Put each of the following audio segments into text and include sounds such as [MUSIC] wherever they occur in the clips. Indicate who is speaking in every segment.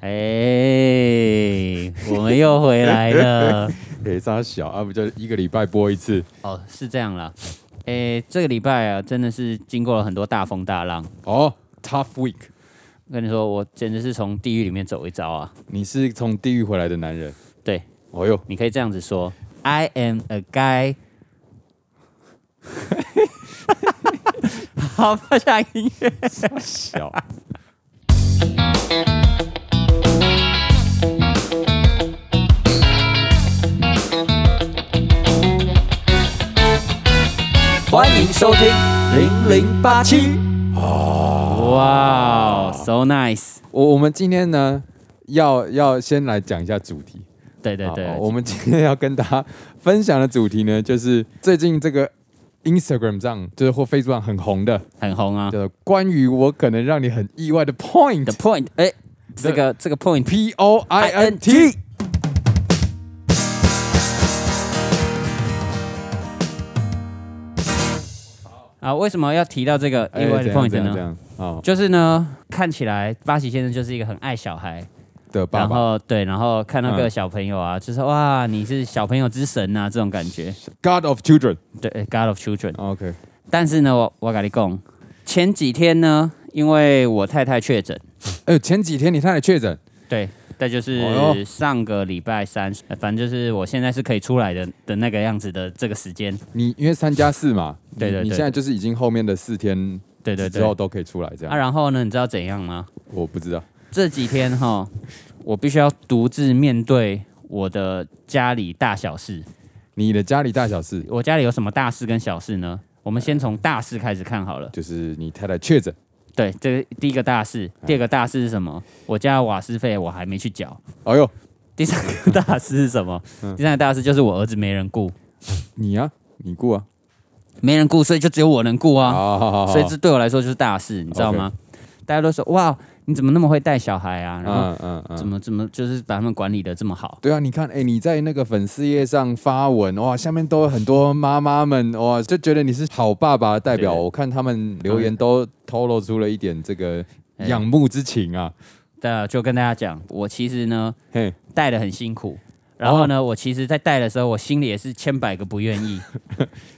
Speaker 1: 哎、我们又回来
Speaker 2: [LAUGHS]
Speaker 1: 了。
Speaker 2: 哎、沙小啊，不就一个礼拜播一次？
Speaker 1: 哦，是这样啦。哎、这个礼拜啊，真的是经过了很多大风大浪。
Speaker 2: 哦、t o u g h Week，
Speaker 1: 我跟你说，我简直是从地狱里面走一遭啊！
Speaker 2: 你是从地狱回来的男人。
Speaker 1: 对，
Speaker 2: 哦哟，
Speaker 1: 你可以这样子说：I am a guy。好，放下音乐。
Speaker 2: 小，
Speaker 1: 欢迎收听
Speaker 2: 零零八七。啊
Speaker 1: 哇、wow,，so nice。
Speaker 2: 我我们今天呢，要要先来讲一下主题。
Speaker 1: 对对对
Speaker 2: 好，啊我们今天要跟大家分享的主题呢，就是最近这个 Instagram 上，就是或 Facebook 上很红的，
Speaker 1: 很红啊。
Speaker 2: 就是关于我可能让你很意外的
Speaker 1: The
Speaker 2: point
Speaker 1: point，哎、这个这个 point
Speaker 2: P O I N T。
Speaker 1: 啊，为什么要提到这个意
Speaker 2: 哎
Speaker 1: 外
Speaker 2: 怎
Speaker 1: 的
Speaker 2: 样
Speaker 1: point
Speaker 2: 怎样这
Speaker 1: 呢？
Speaker 2: 样哦
Speaker 1: 就是呢，看起来巴西先生就是一个很爱小孩，
Speaker 2: 的爸
Speaker 1: 然
Speaker 2: 爸，
Speaker 1: 后对，然后看到各个
Speaker 2: 嗯
Speaker 1: 小朋友啊，就是哇，你是小朋友之神呐、啊，这种感觉。
Speaker 2: God of Children。
Speaker 1: 对呃，God of Children。
Speaker 2: OK，
Speaker 1: 但是呢，我我跟你讲，前几天呢，因为我太太确诊，
Speaker 2: 哎、前几天你太太确诊，
Speaker 1: 对，那就
Speaker 2: 哦
Speaker 1: 是
Speaker 2: 哟
Speaker 1: 上个礼拜三，呃反正就是我现在是可以出来的的那个样子的这个时间。
Speaker 2: 你因为三加四嘛，
Speaker 1: 对对
Speaker 2: 你你
Speaker 1: 对
Speaker 2: 现在就是已经后面的四天
Speaker 1: 对对
Speaker 2: 之后
Speaker 1: 对。
Speaker 2: 都可以出来这样。
Speaker 1: 啊，然后呢，你知道怎样吗？
Speaker 2: 我不知道，
Speaker 1: 这几天哈，我必须要独自面对我的家里大小事。
Speaker 2: 你的家里大小事
Speaker 1: 我家里有什么大事跟小事呢？我们先从大事开始看好了。
Speaker 2: 就是你太太确诊
Speaker 1: 对，这个第一个大事，
Speaker 2: 嗯
Speaker 1: 第二个大事是什么？我家的瓦斯费我还没去缴。
Speaker 2: 哎呦，
Speaker 1: 第三
Speaker 2: 嗯
Speaker 1: 个 [LAUGHS] 大事是什么？第三个大事就是我儿子没人顾，
Speaker 2: 你啊，你过啊，
Speaker 1: 没人顾，所以就只有我能顾
Speaker 2: 好
Speaker 1: 啊。
Speaker 2: 好好好好，
Speaker 1: 所以这对我来说就是大事，你知道吗？大家都说哇，你怎么那么会带小孩啊？然后
Speaker 2: 嗯嗯
Speaker 1: 怎
Speaker 2: 嗯，
Speaker 1: 么怎么就是把他们管理的这么好？
Speaker 2: 对啊，你看，哎、你在那个粉丝页上发文，哇，下面都有很多妈妈们，哇，就觉得你是好爸爸的代表。
Speaker 1: 对对
Speaker 2: 我看他们留言都透露出了一点这个
Speaker 1: 哎
Speaker 2: 仰慕之情啊，
Speaker 1: 那就跟大家讲，我其实呢
Speaker 2: 嘿，
Speaker 1: 带的很辛苦。然后
Speaker 2: 哦
Speaker 1: 呢，我其实，在带的时候，我心里也是千百个不愿
Speaker 2: [LAUGHS]
Speaker 1: 意。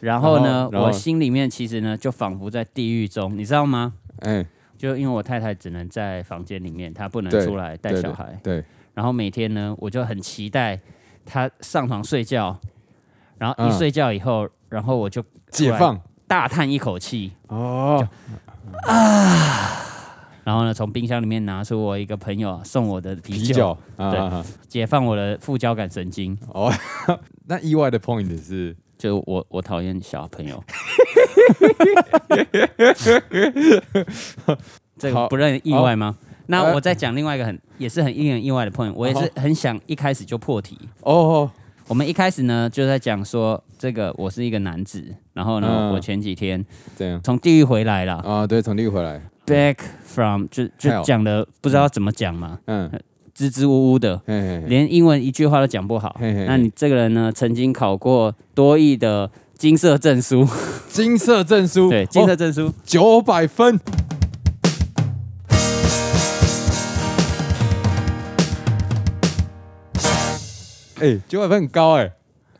Speaker 1: 然后呢，
Speaker 2: 然后然后
Speaker 1: 我心里面其实呢，就仿佛在地狱中，你知道吗？
Speaker 2: 哎、
Speaker 1: 就因为我太太只能在房间里面，她不能
Speaker 2: 对
Speaker 1: 出来带
Speaker 2: 对
Speaker 1: 小孩。
Speaker 2: 对，
Speaker 1: 然后每天呢，我就很期待她上床睡觉，然后一
Speaker 2: 嗯
Speaker 1: 睡觉以后，然后我就
Speaker 2: 解放
Speaker 1: 大叹一口气，
Speaker 2: 哦，
Speaker 1: 然后呢，从冰箱里面拿出我一个朋友送我的啤
Speaker 2: 啤
Speaker 1: 酒，
Speaker 2: 酒啊
Speaker 1: 对
Speaker 2: 啊啊
Speaker 1: 解放我的副交感神经。
Speaker 2: 哦，那意外的 point 是，
Speaker 1: 就我我讨厌小朋
Speaker 2: [LAUGHS]
Speaker 1: 友，这个
Speaker 2: 好
Speaker 1: 不让人意外吗？那
Speaker 2: 呃
Speaker 1: 我再讲另外一个很也是很令人意外的 point，我也是很想一开始就破题。
Speaker 2: 哦，
Speaker 1: 我们一开始呢就在讲说，这个我是一个男子，然后呢，
Speaker 2: 嗯
Speaker 1: 我前几天
Speaker 2: 这样
Speaker 1: 从地狱回来了、
Speaker 2: 啊，对，从地狱回来，
Speaker 1: b a c k from 就就
Speaker 2: Hell
Speaker 1: 讲的不知道怎么讲嘛，
Speaker 2: 嗯，
Speaker 1: 支支吾吾的，
Speaker 2: 嘿嘿嘿，
Speaker 1: 连英文一句话都讲不好。
Speaker 2: 嗯嘿嘿嘿
Speaker 1: 那你这个人呢，曾经考过多益的金色证
Speaker 2: [LAUGHS]
Speaker 1: 书，
Speaker 2: 金色证书，
Speaker 1: 对，金色证书。
Speaker 2: 九百分，哎，九百分很高哎，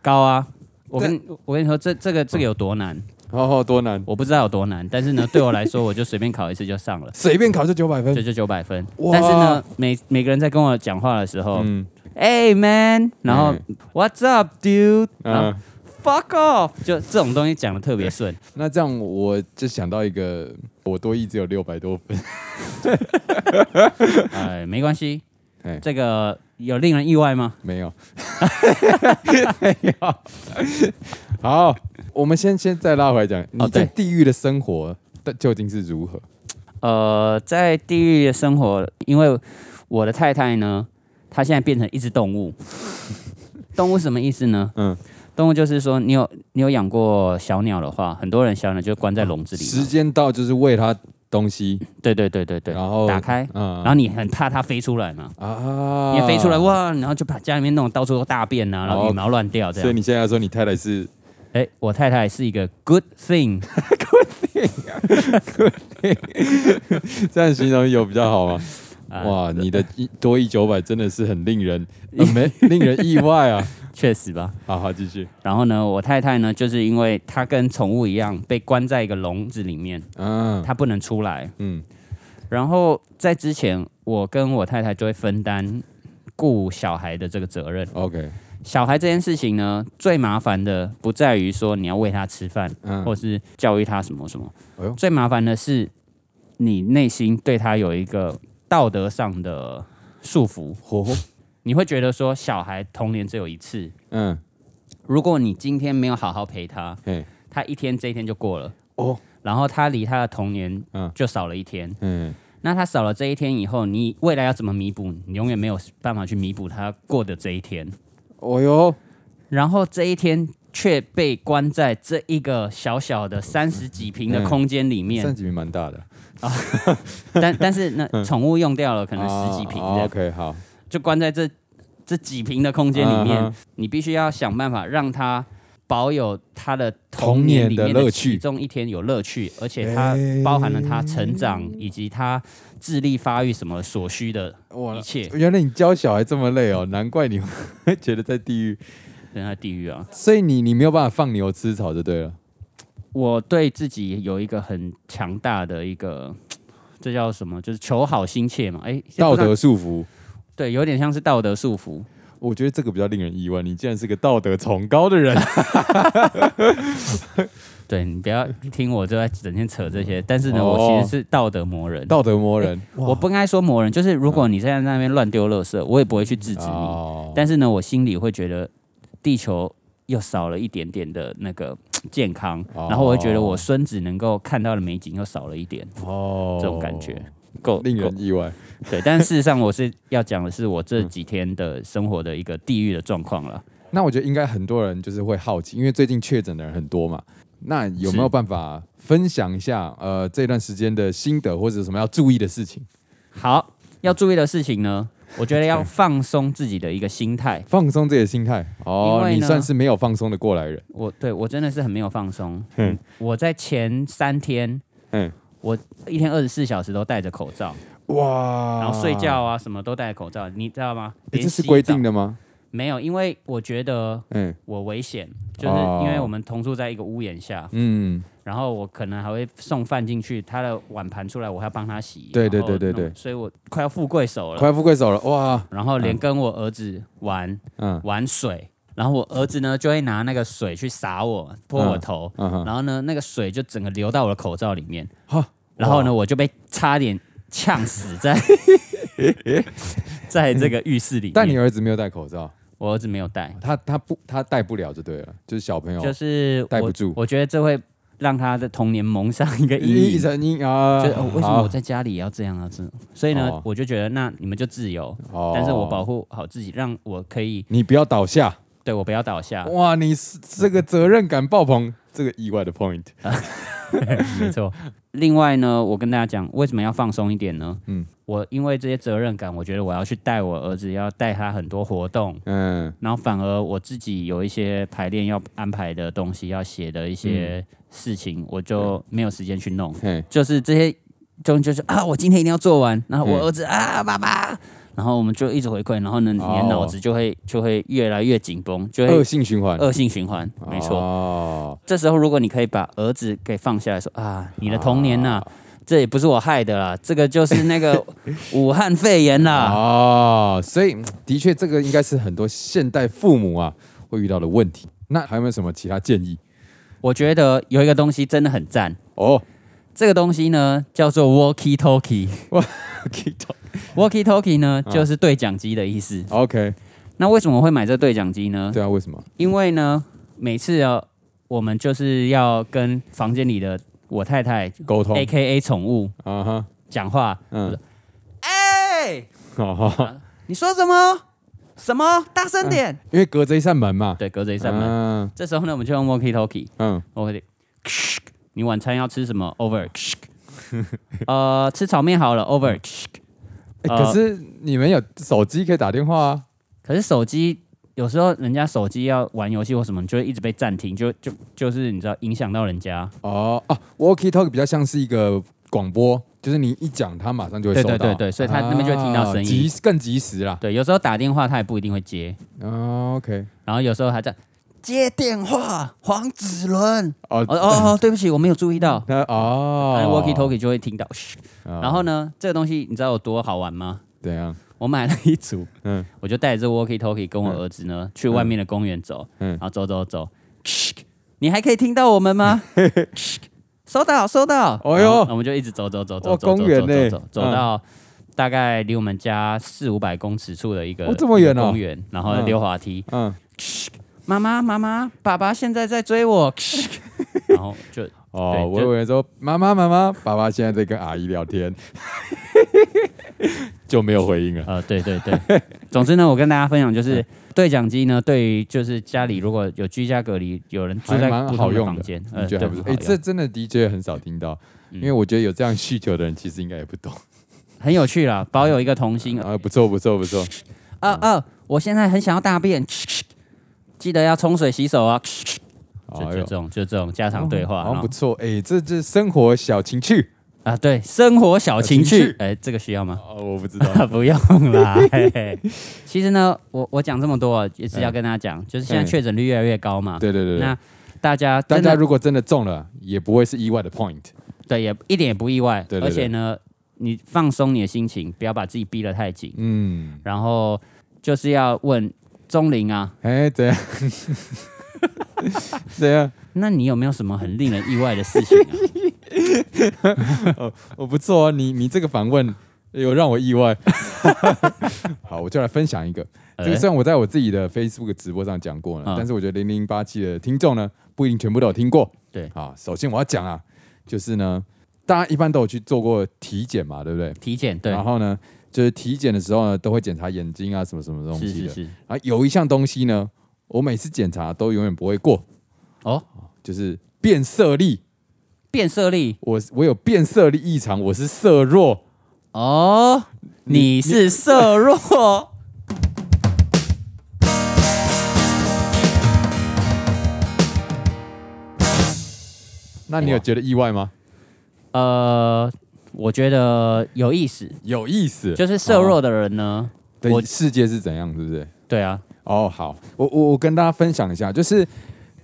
Speaker 1: 高啊！我跟我跟你说，这这个这个有多难，
Speaker 2: 好好多难，
Speaker 1: 我不知道有多难，但是呢，对我来说，我就随便考一次就上了，
Speaker 2: 随便考就九百
Speaker 1: 这
Speaker 2: 分，
Speaker 1: 就九百分。
Speaker 2: 哇
Speaker 1: 但是呢，每每个人在跟我讲话的时候，
Speaker 2: 嗯，
Speaker 1: 哎 man，然后
Speaker 2: 嗯
Speaker 1: What's up, dude？然
Speaker 2: 嗯
Speaker 1: 后 Fuck off！就这种东西讲的特别
Speaker 2: [LAUGHS]
Speaker 1: 顺，
Speaker 2: 那这样我就想到一个，我多益只有六百多分，
Speaker 1: 哎，没关系
Speaker 2: 哎。
Speaker 1: 这个有令人意外吗？
Speaker 2: 没有， [LAUGHS] 没有。好，我们先先再拉回来讲，你在
Speaker 1: 哦对
Speaker 2: 地狱的生活的究竟是如何？
Speaker 1: 呃，在地狱的生活，因为我的太太呢，她现在变成一只动
Speaker 2: [LAUGHS]
Speaker 1: 物。动物什么意思呢？
Speaker 2: 嗯，
Speaker 1: 动物就是说，你有你有养过小鸟的话，很多人小鸟就关在笼子里
Speaker 2: 时
Speaker 1: 嘛。
Speaker 2: 间到啊就是喂它东西，
Speaker 1: 对对对对对。
Speaker 2: 然后
Speaker 1: 打开，
Speaker 2: 嗯
Speaker 1: 然后你很怕它飞出来嘛，
Speaker 2: 啊
Speaker 1: 你飞出来，哇，然后就把家里面弄得到处都大便啊，然后
Speaker 2: 哦
Speaker 1: 羽毛乱掉这
Speaker 2: 所以
Speaker 1: 样。
Speaker 2: 你现在要说你太太是 [LAUGHS]
Speaker 1: 哎，我太太是一个 good thing，
Speaker 2: 这样形容有比较好吗？
Speaker 1: [LAUGHS] 啊
Speaker 2: 哇，你的一多一九百真的是很
Speaker 1: [LAUGHS]
Speaker 2: 令人呃没令人意外啊！ [LAUGHS]
Speaker 1: 确实吧。
Speaker 2: 好好继续，
Speaker 1: 然后呢，我太太呢，就是因为她跟宠物一样被关在一个笼子里面，
Speaker 2: 嗯
Speaker 1: 她不能出来。
Speaker 2: 嗯
Speaker 1: 然后在之前，我跟我太太就会分担顾小孩的这个责任。
Speaker 2: ，OK，
Speaker 1: 小孩这件事情呢，最麻烦的不在于说你要喂他吃饭，
Speaker 2: 嗯
Speaker 1: 或是教育他什么什么
Speaker 2: 哎呦，
Speaker 1: 最麻烦的是你内心对他有一个道德上的束缚，
Speaker 2: 火，
Speaker 1: 你会觉得说小孩童年只有一次，
Speaker 2: 嗯，
Speaker 1: 如果你今天没有好好陪他，
Speaker 2: 嘿，
Speaker 1: 他一天这一天就过了，
Speaker 2: 哦，
Speaker 1: 然后他离他的童年
Speaker 2: 嗯
Speaker 1: 就少了一天。
Speaker 2: 嗯，
Speaker 1: 那他少了这一天以后，你未来要怎么弥补？你永远没有办法去弥补他过的这一天。
Speaker 2: 哦哟，
Speaker 1: 然后这一天却被关在这一个小小
Speaker 2: 嗯
Speaker 1: 的三十几平的空间里面，
Speaker 2: 三几平蛮大的，
Speaker 1: 但但是呢，宠物用掉了可
Speaker 2: 可
Speaker 1: 能十几平这样，
Speaker 2: 嗯啊哦，OK，好，
Speaker 1: 就关在这这几平的空间里面
Speaker 2: 嗯哼，
Speaker 1: 你必须要想办法让它保有它的
Speaker 2: 童
Speaker 1: 童
Speaker 2: 年
Speaker 1: 年里
Speaker 2: 的
Speaker 1: 面
Speaker 2: 乐
Speaker 1: 的
Speaker 2: 趣
Speaker 1: 其中一天有乐趣，而且它包含了它成长
Speaker 2: 哎
Speaker 1: 以及它智力发育什么所需的
Speaker 2: 哇
Speaker 1: 一切，嗯
Speaker 2: 原来你教小孩这么累哦，难怪你会 [LAUGHS] 觉得在地狱。
Speaker 1: 人在地狱啊。
Speaker 2: 所以你你没有办法放牛吃草就对了。
Speaker 1: 我对自己有一个很强大的一个，这叫什么？就是求好心切嘛。哎，
Speaker 2: 道
Speaker 1: 不知
Speaker 2: 德
Speaker 1: 道
Speaker 2: 束缚，
Speaker 1: 对，有点像是道德束缚。
Speaker 2: 我觉得这个比较令人意外。你竟然是个道德崇高的人，
Speaker 1: 对你不要听我就在整天扯这些，但是呢，
Speaker 2: 哦
Speaker 1: 我其实是道德魔人。
Speaker 2: 道德魔
Speaker 1: [LAUGHS]
Speaker 2: 人。
Speaker 1: 我不该说魔人，就是如果你现在在那边乱丢垃圾，我也不会去制止你。
Speaker 2: 哦
Speaker 1: 但是呢，我心里会觉得地球又少了一点点的那个健康，
Speaker 2: 哦
Speaker 1: 然后我会觉得我孙子能够看到的美景又少了一点，
Speaker 2: 哦
Speaker 1: 这种感觉够
Speaker 2: 令
Speaker 1: 够
Speaker 2: 人意外。
Speaker 1: 对，
Speaker 2: [LAUGHS]
Speaker 1: 但事实上我是要讲的是我这几天的生活的一个地狱的状况了。
Speaker 2: 那我觉得应该很多人就是会好奇，因为最近确诊的人很多嘛。那有没有
Speaker 1: 是
Speaker 2: 办法分享一下呃这段时间的心得或者有什么要注意的事情？
Speaker 1: 好，要注意的事情呢，我觉得要放松自己的一个心态。
Speaker 2: 放松自己的心态
Speaker 1: 因
Speaker 2: 哦，
Speaker 1: 为
Speaker 2: 你
Speaker 1: 呢
Speaker 2: 算是没有放松的过来人。
Speaker 1: 我对我真的是很没有放松。我在前三天
Speaker 2: 嗯，
Speaker 1: 我一天二十四小时都戴着口罩，
Speaker 2: 哇
Speaker 1: 然后睡觉啊什么都戴着口罩，你知道吗？
Speaker 2: 诶
Speaker 1: 连
Speaker 2: 这是规定
Speaker 1: 洗澡
Speaker 2: 的吗？
Speaker 1: 没有，因为我觉得
Speaker 2: 嗯
Speaker 1: 我危险，就是
Speaker 2: 哦
Speaker 1: 因为我们同住在一个屋檐下，
Speaker 2: 嗯，
Speaker 1: 然后我可能还会送饭进去，他的碗盘出来，我还要帮他洗。
Speaker 2: 对对
Speaker 1: 然后
Speaker 2: 对对
Speaker 1: 弄
Speaker 2: 对
Speaker 1: 所以我快要富贵手了。
Speaker 2: 快富贵手了哇，
Speaker 1: 然后连跟我儿子玩
Speaker 2: 嗯
Speaker 1: 玩水，然后我儿子呢就会拿那个水去洒我，泼我头，
Speaker 2: 嗯哼，
Speaker 1: 然后呢，那个水就整个流到我的口罩里面，
Speaker 2: 哈，
Speaker 1: 然后呢，我就被差点呛死
Speaker 2: [LAUGHS]
Speaker 1: 在 [LAUGHS] 在这个浴室里面。
Speaker 2: 但你儿子没有戴口罩，
Speaker 1: 我儿子没有戴，
Speaker 2: 他他不他戴不了就对了，就是小朋友
Speaker 1: 就是
Speaker 2: 戴不
Speaker 1: 我
Speaker 2: 住
Speaker 1: 我觉得这会让他的童年蒙上一个阴
Speaker 2: 一
Speaker 1: 影。
Speaker 2: 声音啊，
Speaker 1: 就、哦、为什么
Speaker 2: 好
Speaker 1: 我在家里也要这样啊？这所以呢，
Speaker 2: 哦
Speaker 1: 我就觉得那你们就自由，
Speaker 2: 哦
Speaker 1: 但是我保护好自己，让我可以
Speaker 2: 你不要倒下
Speaker 1: 对我不要倒下。
Speaker 2: 哇，你是这个责任感爆棚，这个意外的 point
Speaker 1: 没错。另外呢，我跟大家讲，为什么要放松一点呢？
Speaker 2: 嗯
Speaker 1: 嗯，我因为这些责任感，我觉得我要去带我儿子，要带他很多活动，
Speaker 2: 嗯
Speaker 1: 然后反而我自己有一些排练要安排的东西，要写的一些
Speaker 2: 嗯
Speaker 1: 事情，我就没有时间去弄。
Speaker 2: 嘿
Speaker 1: 就是这些东西，就是啊，我今天一定要做完。然后我
Speaker 2: 嗯
Speaker 1: 儿子啊，爸爸，然后我们就一直回馈，然后呢，你
Speaker 2: 哦
Speaker 1: 的脑子就会就会越来越紧绷，就
Speaker 2: 恶
Speaker 1: 会
Speaker 2: 性循环，
Speaker 1: 恶性循环。哦没错。
Speaker 2: 哦，
Speaker 1: 这时候，如果你可以把儿子给放下来说啊，你的童年呐、这也不是我害的啦，这个就是那 [LAUGHS] 个武汉肺炎啦。
Speaker 2: 哦，所以嗯的确这个应该是很多现代父母啊会遇到的问题。那还有没有什么其他建议？
Speaker 1: 我觉得有一个东西真的很赞，
Speaker 2: 哦 [LAUGHS]
Speaker 1: 这个东西呢叫做 walkie talkie。walkie talkie 呢就是对讲机的意思。
Speaker 2: ，OK，
Speaker 1: 那为什么会买这对讲机呢？
Speaker 2: 对啊，为什么？
Speaker 1: 因为呢，每次啊，我们就是要跟房间里的我太太
Speaker 2: 沟通
Speaker 1: （A K A 宠物
Speaker 2: 啊哈，）
Speaker 1: 讲话。
Speaker 2: 嗯，
Speaker 1: 哎、
Speaker 2: 好好，好
Speaker 1: 你说什么？什么？大声点！
Speaker 2: 因为隔着一扇门嘛，
Speaker 1: 嗯对，隔着一
Speaker 2: 一
Speaker 1: 扇门。
Speaker 2: 门，
Speaker 1: 这时候呢，我们就用 walkie talkie。
Speaker 2: 嗯，
Speaker 1: 我会，你晚餐要吃什么？Over。呃，吃炒面好了，Over。
Speaker 2: 欸
Speaker 1: 呃
Speaker 2: 可是你们有手机可以打电话啊，
Speaker 1: 可是手机有时候人家手机要玩游戏或什么，你就会一直被暂停，就就就是你知道影响到人家。
Speaker 2: 哦哦，Walkie Talk 比较像是一个广播，就是你一讲，他马上就会
Speaker 1: 对
Speaker 2: 收到。
Speaker 1: 对对对所以他那边就会听到声音
Speaker 2: 及更及时啦。
Speaker 1: 对，有时候打电话他也不一定会接，
Speaker 2: 哦 OK，
Speaker 1: 然后有时候还在接电话，黄子伦。
Speaker 2: 哦
Speaker 1: 哦哦哦，对不起，我没有注意到。
Speaker 2: 那哦
Speaker 1: 那 walkie talkie 就会听到。嘘
Speaker 2: 哦
Speaker 1: 然后呢，这个东西你知道有多好玩吗？
Speaker 2: 怎样？
Speaker 1: 我买了一组，
Speaker 2: 嗯，
Speaker 1: 我就带着这 walkie talkie 跟我儿子呢、去外面的公园走，
Speaker 2: 嗯
Speaker 1: 然后走走走，嘘你还可以听到我们
Speaker 2: [LAUGHS]
Speaker 1: 吗？嘘收到收到。
Speaker 2: 哎呦
Speaker 1: 然后我们就一直走走走走
Speaker 2: 哇
Speaker 1: 走走
Speaker 2: 公园
Speaker 1: 走走
Speaker 2: 呢
Speaker 1: 走，走
Speaker 2: 嗯
Speaker 1: 到大概离我们家四五百公尺处的一个
Speaker 2: 哦这么远哦
Speaker 1: 一个公园，然后
Speaker 2: 嗯
Speaker 1: 溜滑梯。
Speaker 2: 嗯，
Speaker 1: 妈妈妈妈，爸爸现在在追我。嘘 [LAUGHS] 然后就对
Speaker 2: 哦，我以
Speaker 1: 就
Speaker 2: 为说妈妈妈妈，爸爸现在在跟阿姨聊天， [LAUGHS] 就没有回应了。
Speaker 1: 呃，对对 [LAUGHS] 对，总之呢，我跟大家分享就是对讲机呢，对于就是家里如果有居家隔离，有人住
Speaker 2: 还
Speaker 1: 在
Speaker 2: 蛮
Speaker 1: 不
Speaker 2: 好
Speaker 1: 同的
Speaker 2: 用
Speaker 1: 房
Speaker 2: 的
Speaker 1: 间，呃，
Speaker 2: 你
Speaker 1: 对，
Speaker 2: 觉得还不错？
Speaker 1: 很
Speaker 2: 哎，
Speaker 1: 好
Speaker 2: 这
Speaker 1: 用
Speaker 2: 真的的确很少听到，
Speaker 1: 嗯
Speaker 2: 因为我觉得有这样需求的人其实应该也不懂。
Speaker 1: 很有趣啦，保有一个童心。
Speaker 2: 啊，不错不错不错，
Speaker 1: 啊啊，我现在很想要大便，记得要冲水洗手啊。 [LAUGHS] 就
Speaker 2: 哎
Speaker 1: 就
Speaker 2: 呦
Speaker 1: 这种就这种家常对话，
Speaker 2: 好
Speaker 1: 然
Speaker 2: 像
Speaker 1: 后
Speaker 2: 不错。哎，这这生活小情趣
Speaker 1: 啊，对，生活小情
Speaker 2: 小情
Speaker 1: 趣
Speaker 2: 趣，
Speaker 1: 哎，这个需要吗？
Speaker 2: 哦，我不知道。
Speaker 1: [LAUGHS] 不用
Speaker 2: [LAUGHS]
Speaker 1: 啦。嘿嘿其实呢，我我讲这么多，也是要跟大家讲，就是现在
Speaker 2: 哎
Speaker 1: 确诊率越来越高嘛，
Speaker 2: 对对对对
Speaker 1: 啊那，大家
Speaker 2: 大
Speaker 1: 真
Speaker 2: 家
Speaker 1: 的
Speaker 2: 如果真的中了，也不会是意外的 point。
Speaker 1: 对，也一点也不意外。
Speaker 2: 对对对
Speaker 1: 而且呢，你放松你的心情，不要把自己逼得太紧。
Speaker 2: 嗯，
Speaker 1: 然后就是要问钟林啊，
Speaker 2: 哎，怎样？ [LAUGHS] 怎样？
Speaker 1: 那你有没有什么很令人意外的事情啊？
Speaker 2: 哦，不错啊，你你这个反问有让我意
Speaker 1: [LAUGHS]
Speaker 2: 外。好，我就来分享一个。 [LAUGHS] 这个
Speaker 1: 哎
Speaker 2: 虽然我在我自己的 Facebook 直播上讲过了，
Speaker 1: 嗯
Speaker 2: 但是我觉得零零八七的听众呢，不一定全部都有听过。
Speaker 1: 对
Speaker 2: 啊，首先我要讲啊，就是呢，大家一般都有去做过体检嘛，对不对？
Speaker 1: 体检对
Speaker 2: 然，后呢，就是体检的时候呢，都会检查眼睛啊，什么什么东
Speaker 1: 是
Speaker 2: 西
Speaker 1: 是
Speaker 2: 的。
Speaker 1: 是，
Speaker 2: 啊，有一项东西呢，我每次检查都永远不会过，
Speaker 1: 哦，
Speaker 2: 就是变色力。
Speaker 1: 变色力
Speaker 2: 我我有变色力异常，我是色弱。
Speaker 1: 哦，
Speaker 2: 你
Speaker 1: 你是色弱。 [LAUGHS]
Speaker 2: 那你有
Speaker 1: 哇
Speaker 2: 觉得意外吗？
Speaker 1: 呃，我觉得有意思，
Speaker 2: 有意思，
Speaker 1: 就是色弱的人呢，
Speaker 2: 对
Speaker 1: 我
Speaker 2: 世界是怎样，是不是？
Speaker 1: 对啊，
Speaker 2: 哦，好，我我我跟大家分享一下，就是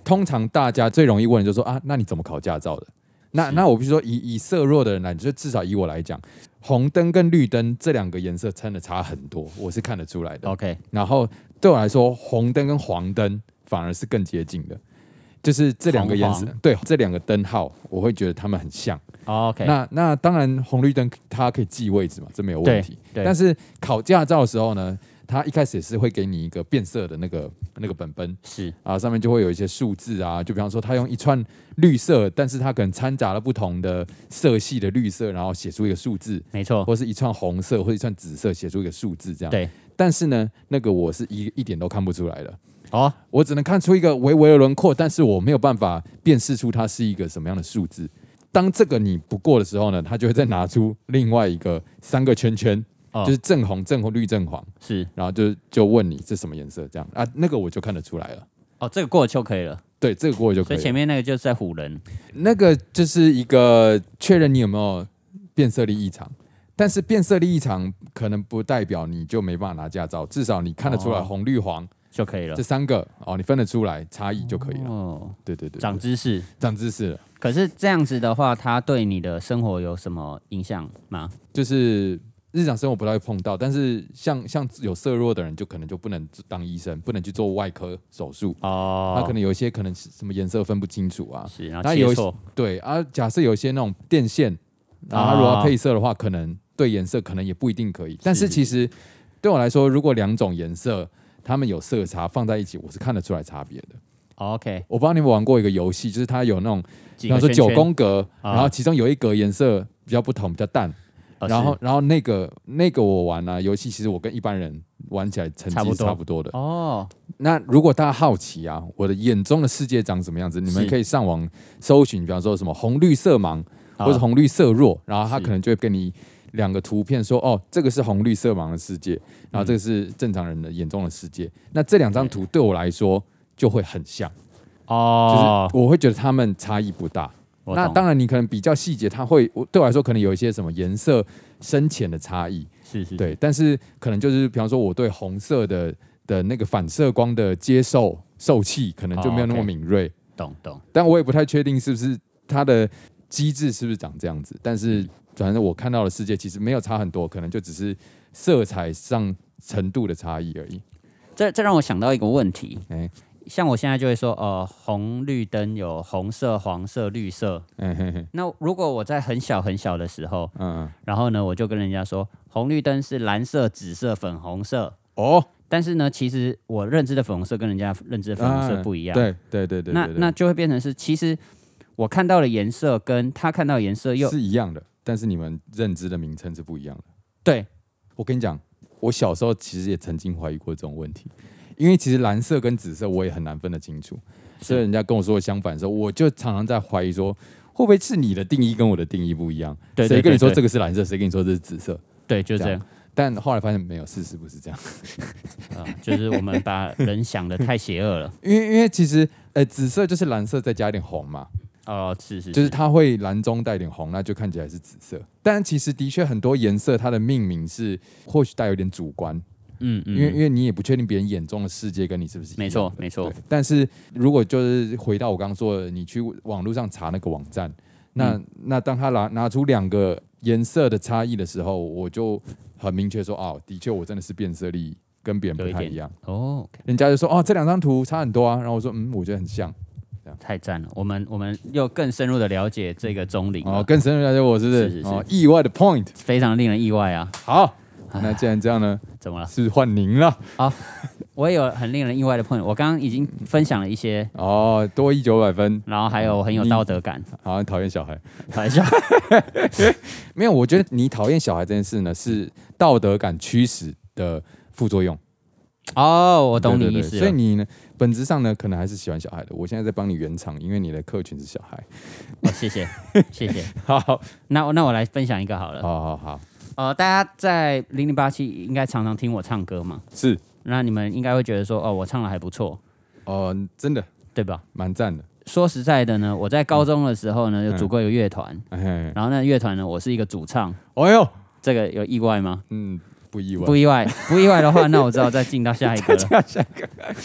Speaker 2: 通常大家最容易问的就是说啊，那你怎么考驾照的？那
Speaker 1: 是
Speaker 2: 那我必须说以以色弱的人来，就至少以我来讲，红灯跟绿灯这两个颜色真的差很多，我是看得出来的。
Speaker 1: ，OK，
Speaker 2: 然后对我来说，红灯跟黄灯反而是更接近的，就是这两个颜色
Speaker 1: 红，
Speaker 2: 对这两个灯号，我会觉得它们很像。
Speaker 1: 哦 OK，
Speaker 2: 那那当然，红绿灯它可以记位置嘛，这没有问题。
Speaker 1: 对对
Speaker 2: 但是考驾照的时候呢，它一开始也是会给你一个变色的那个那个本本
Speaker 1: 是
Speaker 2: 啊，上面就会有一些数字啊，就比方说它用一串绿色，但是它可能掺杂了不同的色系的绿色，然后写出一个数字，
Speaker 1: 没错，
Speaker 2: 或是一串红色或者一串紫色，写出一个数字这样。
Speaker 1: 对，
Speaker 2: 但是呢，那个我是一一点都看不出来的。
Speaker 1: 哦，
Speaker 2: 我只能看出一个微微的轮廓，但是我没有办法辨识出它是一个什么样的数字。当这个你不过的时候呢，它就会再拿出另外一个三个圈圈，
Speaker 1: 哦
Speaker 2: 就是正红、正红、绿、正黄，
Speaker 1: 是
Speaker 2: 然后就就问你这什么颜色这样啊，那个我就看得出来了。
Speaker 1: 哦，这个过就可以了，
Speaker 2: 对，这个过就可
Speaker 1: 所
Speaker 2: 以
Speaker 1: 以
Speaker 2: 了。
Speaker 1: 前面那个就是在唬人，
Speaker 2: 那个就是一个确认你有没有变色力异常，但是变色力异常可能不代表你就没办法拿驾照，至少你看得出来
Speaker 1: 哦
Speaker 2: 红、绿、黄
Speaker 1: 就可以了
Speaker 2: 这。三个哦，你分得出来差异就可以了。
Speaker 1: 哦，
Speaker 2: 对对对，
Speaker 1: 长知识。
Speaker 2: 长知识了。
Speaker 1: 可是这样子的话，它对你的生活有什么影响吗？
Speaker 2: 就是日常生活不太会碰到，但是像像有色弱的人，就可能就不能当医生，不能去做外科手术。
Speaker 1: 哦
Speaker 2: 他可能有一些可能是什么颜色分不清楚啊，
Speaker 1: 是，然后
Speaker 2: 那
Speaker 1: 切
Speaker 2: 有
Speaker 1: 错，
Speaker 2: 对啊。假设有一些那种电线，然后他如
Speaker 1: 啊
Speaker 2: 果要配色的话，可能对颜色可能也不一定可以。但是其实对我来说，如果两种颜色它们有色差放在一起，我是看得出来差别的。
Speaker 1: 哦 OK，
Speaker 2: 我不知道你们玩过一个游戏，就是它有那种，
Speaker 1: 几
Speaker 2: 比
Speaker 1: 个
Speaker 2: 方说
Speaker 1: 圈
Speaker 2: 九
Speaker 1: 圈，
Speaker 2: 宫格，
Speaker 1: 啊
Speaker 2: 然后其中有一格颜色比较不同，比较淡。
Speaker 1: 哦
Speaker 2: 然后
Speaker 1: 是，
Speaker 2: 然后那个那个我玩啊，游戏其实我跟一般人玩起来成
Speaker 1: 差
Speaker 2: 绩
Speaker 1: 不
Speaker 2: 是
Speaker 1: 多
Speaker 2: 差不多的。
Speaker 1: 哦，
Speaker 2: 那如果大家好奇啊，我的眼中的世界长什么样子，你们
Speaker 1: 是
Speaker 2: 可以上网搜寻，比方说什么红绿色盲
Speaker 1: 好
Speaker 2: 或者红绿色弱，然后它
Speaker 1: 啊是
Speaker 2: 可能就会给你两个图片说，哦，这个是红绿色盲的世界，然后
Speaker 1: 嗯
Speaker 2: 这个是正常人的眼中的世界。那这两张图对我来说就会很像，
Speaker 1: 哦
Speaker 2: 就是，我会觉得他们差异不大。
Speaker 1: 我
Speaker 2: 那
Speaker 1: 懂
Speaker 2: 当然，你可能比较细节，它会我对我来说可能有一些什么颜色深浅的差异，
Speaker 1: 是是，
Speaker 2: 对。但是可能就是，比方说我对红色的的那个反射光的接受受气，可能就没有那
Speaker 1: 哦
Speaker 2: 么
Speaker 1: ，OK
Speaker 2: 敏锐。
Speaker 1: 懂懂，
Speaker 2: 但我也不太确定是不是它的机制是不是长这样子。但是反正我看到的世界其实没有差很多，可能就只是色彩上程度的差异而已。
Speaker 1: 这这让我想到一个问题，
Speaker 2: 哎
Speaker 1: 像我现在就会说，呃，红绿灯有红色、黄色、绿色。
Speaker 2: 嗯嘿嘿，
Speaker 1: 那如果我在很小很小的时候，
Speaker 2: 嗯嗯，
Speaker 1: 然后呢，我就跟人家说，红绿灯是蓝色、紫色、粉红色。
Speaker 2: 哦，
Speaker 1: 但是呢，其实我认知的粉红色跟人家认知的粉红
Speaker 2: 啊
Speaker 1: 色不一样。
Speaker 2: 对对对对，
Speaker 1: 那
Speaker 2: 对对
Speaker 1: 那就会变成是，其实我看到的颜色跟他看到的颜色又
Speaker 2: 是一样的，但是你们认知的名称是不一样的。
Speaker 1: 对，
Speaker 2: 我跟你讲，我小时候其实也曾经怀疑过这种问题，因为其实蓝色跟紫色我也很难分得清楚，所以人家跟我说相反的时候，我就常常在怀疑说，会不会是你的定义跟我的定义不一样？
Speaker 1: 对对
Speaker 2: 谁跟你说
Speaker 1: 对对
Speaker 2: 这个是蓝色，谁跟你说这是紫色？
Speaker 1: 对，就是这样。
Speaker 2: 但后来发现没有，事实不是这样， [LAUGHS]
Speaker 1: 啊、就是我们把人想的太邪恶了。 [LAUGHS]
Speaker 2: 因为因为其实呃紫色就是蓝色再加一点红嘛，
Speaker 1: 哦，是是，
Speaker 2: 就是
Speaker 1: 是
Speaker 2: 它会蓝中带点红，那就看起来是紫色。但其实的确很多颜色它的命名是或许带有点主观，
Speaker 1: 嗯嗯，
Speaker 2: 因为因为你也不确定别人眼中的世界跟你是不是一样
Speaker 1: 没错
Speaker 2: 的
Speaker 1: 没错
Speaker 2: 对但是如果就是回到我刚刚说的，你去网络上查那个网站，那、
Speaker 1: 嗯
Speaker 2: 那当他拿拿出两个颜色的差异的时候，我就很明确说，哦，的确我真的是变色力跟别人
Speaker 1: 有
Speaker 2: 不
Speaker 1: 一
Speaker 2: 太
Speaker 1: 点
Speaker 2: 一样。
Speaker 1: 哦，OK，
Speaker 2: 人家就说，哦，这两张图差很多啊。然后我说，嗯，我觉得很像。
Speaker 1: 太赞了。我们我们又更深入的了解这个钟灵
Speaker 2: 哦
Speaker 1: 了，，
Speaker 2: 更深入了解我是不是？
Speaker 1: 啊是是是
Speaker 2: 哦，意外的 point。
Speaker 1: 非常令人意外啊！
Speaker 2: 好，那既然这样呢，
Speaker 1: 怎么了？
Speaker 2: 是不是换您了。
Speaker 1: 我也有很令人意外的朋友，我刚刚已经分享了一些，
Speaker 2: 哦，多一九百分，
Speaker 1: 然后还有很有道德感，
Speaker 2: 好像讨厌小孩。
Speaker 1: 等
Speaker 2: [LAUGHS]
Speaker 1: 一下，
Speaker 2: 没有，我觉得你讨厌小孩这件事呢，是道德感驱使的副作用。
Speaker 1: 哦，我懂你
Speaker 2: 对对
Speaker 1: 意
Speaker 2: 对
Speaker 1: 思了。
Speaker 2: 所以你呢，本质上呢，可能还是喜欢小孩的。我现在在帮你圆场，因为你的客群是小孩。 [LAUGHS]
Speaker 1: 哦、谢谢谢谢。
Speaker 2: 好，好，
Speaker 1: 那我那我来分享一个好了。
Speaker 2: 好，好，
Speaker 1: 呃，大家在零零八七应该常常听我唱歌嘛，
Speaker 2: 是，
Speaker 1: 那你们应该会觉得说，哦，我唱的还不错，
Speaker 2: 哦，真的
Speaker 1: 对吧？
Speaker 2: 蛮赞的。 [LAUGHS]
Speaker 1: 说实在的呢，我在高中的时候呢，有
Speaker 2: 嗯
Speaker 1: 组过一个乐团，
Speaker 2: 哎，
Speaker 1: 然后那乐团呢，我是一个主唱，
Speaker 2: 哎呦，
Speaker 1: 这个有意外吗？
Speaker 2: 嗯，不意外。
Speaker 1: 不意
Speaker 2: [LAUGHS]
Speaker 1: 外，不意外的话，那我知道再进到下一个了。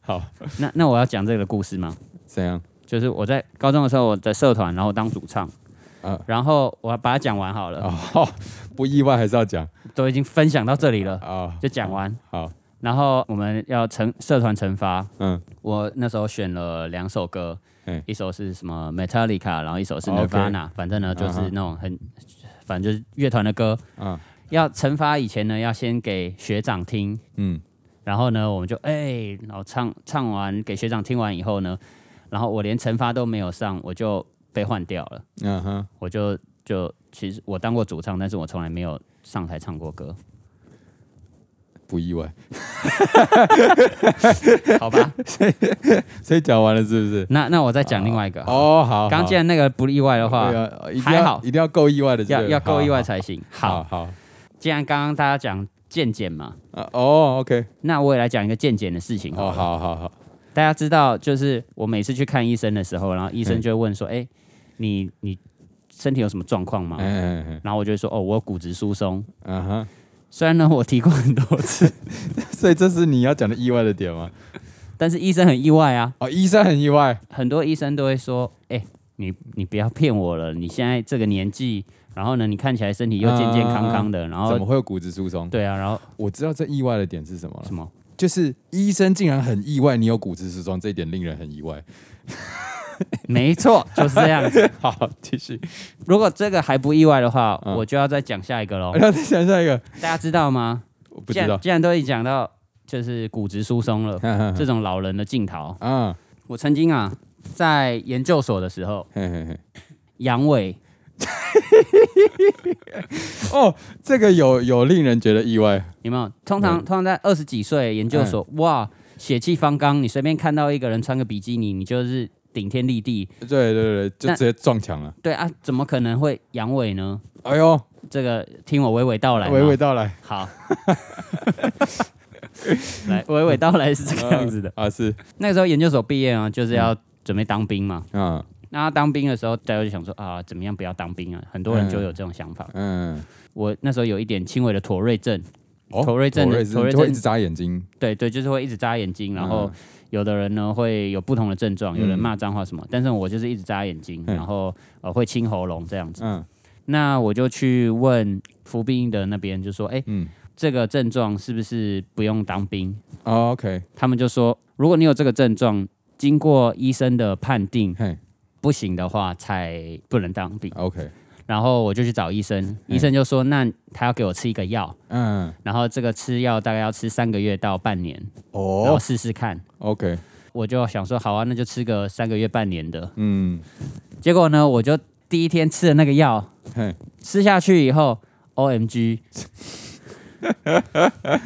Speaker 2: 好，
Speaker 1: 那那我要讲这个故事吗？
Speaker 2: 怎样？
Speaker 1: 就是我在高中的时候，我的社团，然后当主唱，
Speaker 2: 嗯
Speaker 1: 然后我把它讲完好了，
Speaker 2: 哦， [LAUGHS] 好不意外还是要讲
Speaker 1: 都已经分享到这里了，
Speaker 2: 啊。
Speaker 1: 就讲完。
Speaker 2: 好，
Speaker 1: 然后我们要成社团惩罚，
Speaker 2: 嗯，
Speaker 1: 我那时候选了两首歌
Speaker 2: 嗯，
Speaker 1: 一首是什么 Metallica，然后一首是
Speaker 2: 哦
Speaker 1: Nirvana，、反正呢就是
Speaker 2: 嗯哼
Speaker 1: 那种很，反正就是乐团的歌。
Speaker 2: 嗯
Speaker 1: 要惩罚以前呢，要先给学长听，
Speaker 2: 嗯，
Speaker 1: 然后呢我们就哎、然后唱唱完给学长听完以后呢，然后我连惩罚都没有上，我就被换掉了，
Speaker 2: 嗯哼，
Speaker 1: 我就就其实我当过主唱，但是我从来没有上台唱过歌，
Speaker 2: 不意外。
Speaker 1: [LAUGHS] 好吧？
Speaker 2: [LAUGHS] 所以讲完了是不是？
Speaker 1: 那那我再讲另外一个，
Speaker 2: 哦，好，
Speaker 1: 刚既然那个不意外的话，
Speaker 2: 对啊一定
Speaker 1: 还
Speaker 2: 要
Speaker 1: 好
Speaker 2: 一定要够意外的，
Speaker 1: 要要够意外
Speaker 2: 才
Speaker 1: 才行。好
Speaker 2: 好，好。
Speaker 1: 既然刚刚大家讲健检嘛，
Speaker 2: 啊哦，OK，
Speaker 1: 那我也来讲一个健检的事情好
Speaker 2: 哦，
Speaker 1: 了。
Speaker 2: 好好好，
Speaker 1: 大家知道，就是我每次去看医生的时候，然后医生
Speaker 2: 嗯
Speaker 1: 就会问说：“哎、你你身体有什么状况吗
Speaker 2: 嗯？”嗯嗯
Speaker 1: 然后我就会说：“哦，我有骨质疏松。
Speaker 2: 嗯
Speaker 1: Uh-huh.
Speaker 2: 哼，”
Speaker 1: 虽然呢，我提过很多次，
Speaker 2: [LAUGHS]
Speaker 1: [LAUGHS]
Speaker 2: 所以这是你要讲的意外的点吗？
Speaker 1: 但是医生很意外啊。
Speaker 2: 哦，医生很意外，
Speaker 1: 很多医生都会说：“哎、你你不要骗我了，你现在这个年纪，然后呢，你看起来身体又健健康康的，然
Speaker 2: 啊怎么
Speaker 1: 后
Speaker 2: 会有骨质疏松？，
Speaker 1: 对啊，然后
Speaker 2: 我知道这意外的点是什么了
Speaker 1: 什，么？
Speaker 2: 就是医生竟然很意外你有骨质疏松，这一点令人很
Speaker 1: [LAUGHS]
Speaker 2: 意外。
Speaker 1: 没错，就是这样子。
Speaker 2: 好，继续，
Speaker 1: 如果这个还不意外的话，
Speaker 2: 嗯
Speaker 1: 我就要再讲下一个
Speaker 2: [LAUGHS]
Speaker 1: 喽。
Speaker 2: 然后再想下一个，
Speaker 1: 大家知道吗？
Speaker 2: 我不
Speaker 1: 既
Speaker 2: 知
Speaker 1: 然
Speaker 2: 道，嗯
Speaker 1: 既然都已经讲到就是骨质疏松了，这
Speaker 2: 这
Speaker 1: 种老人的镜头，
Speaker 2: 啊，
Speaker 1: 我曾经啊在研究所的时候，
Speaker 2: 嘿嘿嘿，
Speaker 1: 阳痿，
Speaker 2: 哦，这个有有令人觉得意外，
Speaker 1: 有没有？通常、
Speaker 2: 嗯
Speaker 1: 通常在二十几岁研究所，哇，血气方刚，你随便看到一个人穿个比基尼，你就是顶天立地。
Speaker 2: 对对对，就
Speaker 1: 那
Speaker 2: 直接撞墙了。
Speaker 1: 对啊，怎么可能会阳痿呢？
Speaker 2: 哎呦，
Speaker 1: 这个听我娓娓道来嘛，
Speaker 2: 娓娓道来，
Speaker 1: 好。 [LAUGHS] 来，娓娓道来是这个样子的。
Speaker 2: 啊，是嗯
Speaker 1: 那个时候研究所毕业啊，就是要准备当兵嘛。
Speaker 2: 啊，
Speaker 1: 那他当兵的时候，大家就想说啊，怎么样不要当兵啊？很多人就有这种想法。
Speaker 2: 嗯，
Speaker 1: 我那时候有一点轻微的妥瑞症，
Speaker 2: 哦
Speaker 1: 妥瑞症的
Speaker 2: 是
Speaker 1: 妥瑞
Speaker 2: 就会一
Speaker 1: 症
Speaker 2: 直眨眼睛，
Speaker 1: 对对，就是会一直眨眼睛，然后
Speaker 2: 嗯
Speaker 1: 有的人呢会有不同的症状，有人
Speaker 2: 嗯
Speaker 1: 骂脏话什么，但是我就是一直眨眼睛，
Speaker 2: 嗯
Speaker 1: 然后呃会清喉咙这样子。
Speaker 2: 嗯
Speaker 1: 那我就去问服兵役的那边，就说哎、
Speaker 2: 嗯
Speaker 1: 这个症状是不是不用当兵？
Speaker 2: 哦，OK，
Speaker 1: 他们就说，如果你有这个症状，经过医生的判定
Speaker 2: 嘿啊
Speaker 1: 不行的话，才不能当兵。
Speaker 2: ，OK，
Speaker 1: 然后我就去找医生，
Speaker 2: 嗯
Speaker 1: 医生就说，那他要给我吃一个药，
Speaker 2: 嗯，
Speaker 1: 然后这个吃药大概要吃三个月到半年，然后
Speaker 2: 哦
Speaker 1: 试试看。
Speaker 2: ，OK，
Speaker 1: 我就想说，好啊，那就吃个三个月半年的。
Speaker 2: 嗯，
Speaker 1: 结果呢，我就第一天吃的那个药，
Speaker 2: 嘿，
Speaker 1: 吃下去以后，O M
Speaker 2: [LAUGHS]
Speaker 1: G，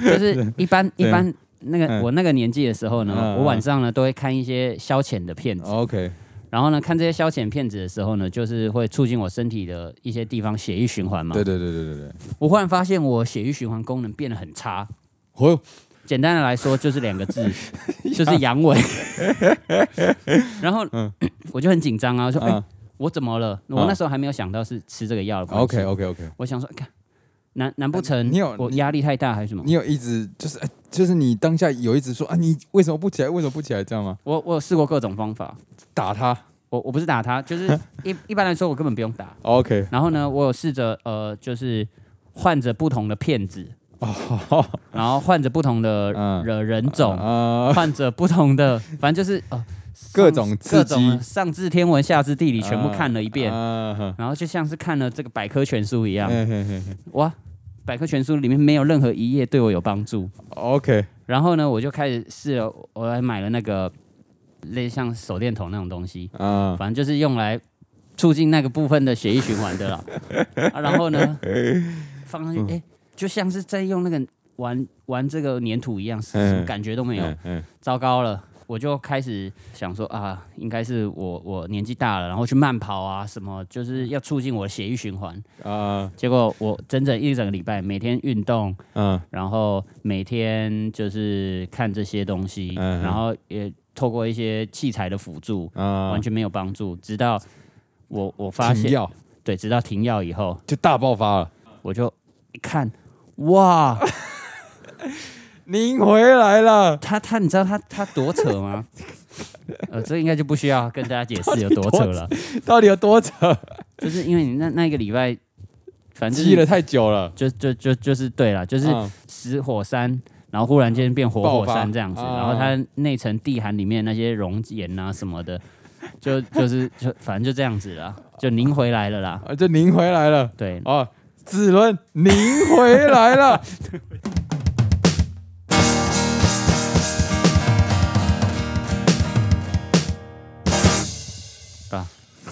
Speaker 1: 就是一般一
Speaker 2: 对
Speaker 1: 般那个
Speaker 2: 嗯
Speaker 1: 我那个年纪的时候呢
Speaker 2: 嗯，
Speaker 1: 我晚上呢都会看一些消遣的片子，
Speaker 2: ，OK，
Speaker 1: 然后呢看这些消遣片子的时候呢，就是会促进我身体的一些地方血液循环嘛
Speaker 2: 对。对对对对对，
Speaker 1: 我忽然发现我血液循环功能变得很差，
Speaker 2: 哦，
Speaker 1: 简单的来说就是两个字，
Speaker 2: [LAUGHS]
Speaker 1: 就是阳痿。然后我就很紧张啊，我说哎
Speaker 2: 嗯
Speaker 1: 我怎么了？我那时候还没有想到是吃这个药的关系。
Speaker 2: ，OK OK OK，
Speaker 1: 我想说，看，难难不成
Speaker 2: 你有
Speaker 1: 我
Speaker 2: 你
Speaker 1: 压力太大还是什么
Speaker 2: 你？有一直就是哎就是你当下有一直说啊，你为什么不起来？为什么不起来？这样吗？
Speaker 1: 我我有试过各种方法，
Speaker 2: 打他
Speaker 1: 我我不是打他，就是一 [LAUGHS] 一般来说我根本不用打。
Speaker 2: 哦，OK，
Speaker 1: 然后呢，我有试着呃，就是换着不同的骗子，
Speaker 2: 哦，
Speaker 1: 然后换着不同的
Speaker 2: 嗯
Speaker 1: 人人种，
Speaker 2: 啊，
Speaker 1: 换着不同的，反正就是呃
Speaker 2: 各
Speaker 1: 上
Speaker 2: 种刺
Speaker 1: 各种
Speaker 2: 激
Speaker 1: 上至天文下至地理全部看了一遍，
Speaker 2: 啊
Speaker 1: 然后就像是看了这个百科全书一样，
Speaker 2: 嘿嘿嘿嘿
Speaker 1: 哇，百科全书里面没有任何一页对我有帮助。
Speaker 2: 啊，OK，
Speaker 1: 然后呢，我就开始试了，我还买了那个类似像手电筒那种东西，
Speaker 2: 啊，
Speaker 1: 反正就是用来促进那个部分的血液循环的啦。啊然后呢，放上去，
Speaker 2: 嗯
Speaker 1: 哎、就像是在用那个玩玩这个粘土一样，什么
Speaker 2: 嗯
Speaker 1: 感觉都没有。
Speaker 2: 嗯嗯
Speaker 1: 糟糕了，我就开始想说啊，应该是我我年纪大了，然后去慢跑啊什么，就是要促进我的血液循环。
Speaker 2: 啊
Speaker 1: 结果我整整一整个礼拜，每天运动，
Speaker 2: 嗯
Speaker 1: 然后每天就是看这些东西，
Speaker 2: 嗯
Speaker 1: 然后也透过一些器材的辅助，
Speaker 2: 啊
Speaker 1: 完，全没有帮助。直到我我发
Speaker 2: 停
Speaker 1: 现，
Speaker 2: 药
Speaker 1: 对，直到停药以后，
Speaker 2: 就大爆发了，
Speaker 1: 我就一看，哇，
Speaker 2: 您回来了，
Speaker 1: 他他，你知道他他多扯
Speaker 2: [LAUGHS]
Speaker 1: 吗？呃，这应该就不需要跟大家解释有多扯了，
Speaker 2: 到底有多扯？
Speaker 1: 就是因为你那那一个礼拜，反正就
Speaker 2: 积了
Speaker 1: 是
Speaker 2: 太久了，
Speaker 1: 就就就就是对了，就是
Speaker 2: 嗯
Speaker 1: 死火山，然后忽然间变活火山这样子，
Speaker 2: 爆发啊
Speaker 1: 然后它内层地涵里面那些熔岩啊什么的，就就是就反正就这样子啦，就您回来了啦，
Speaker 2: 啊，就您回来了
Speaker 1: 对，
Speaker 2: 啊，子伦，您回来 [LAUGHS] 了。 [LAUGHS]
Speaker 1: 啊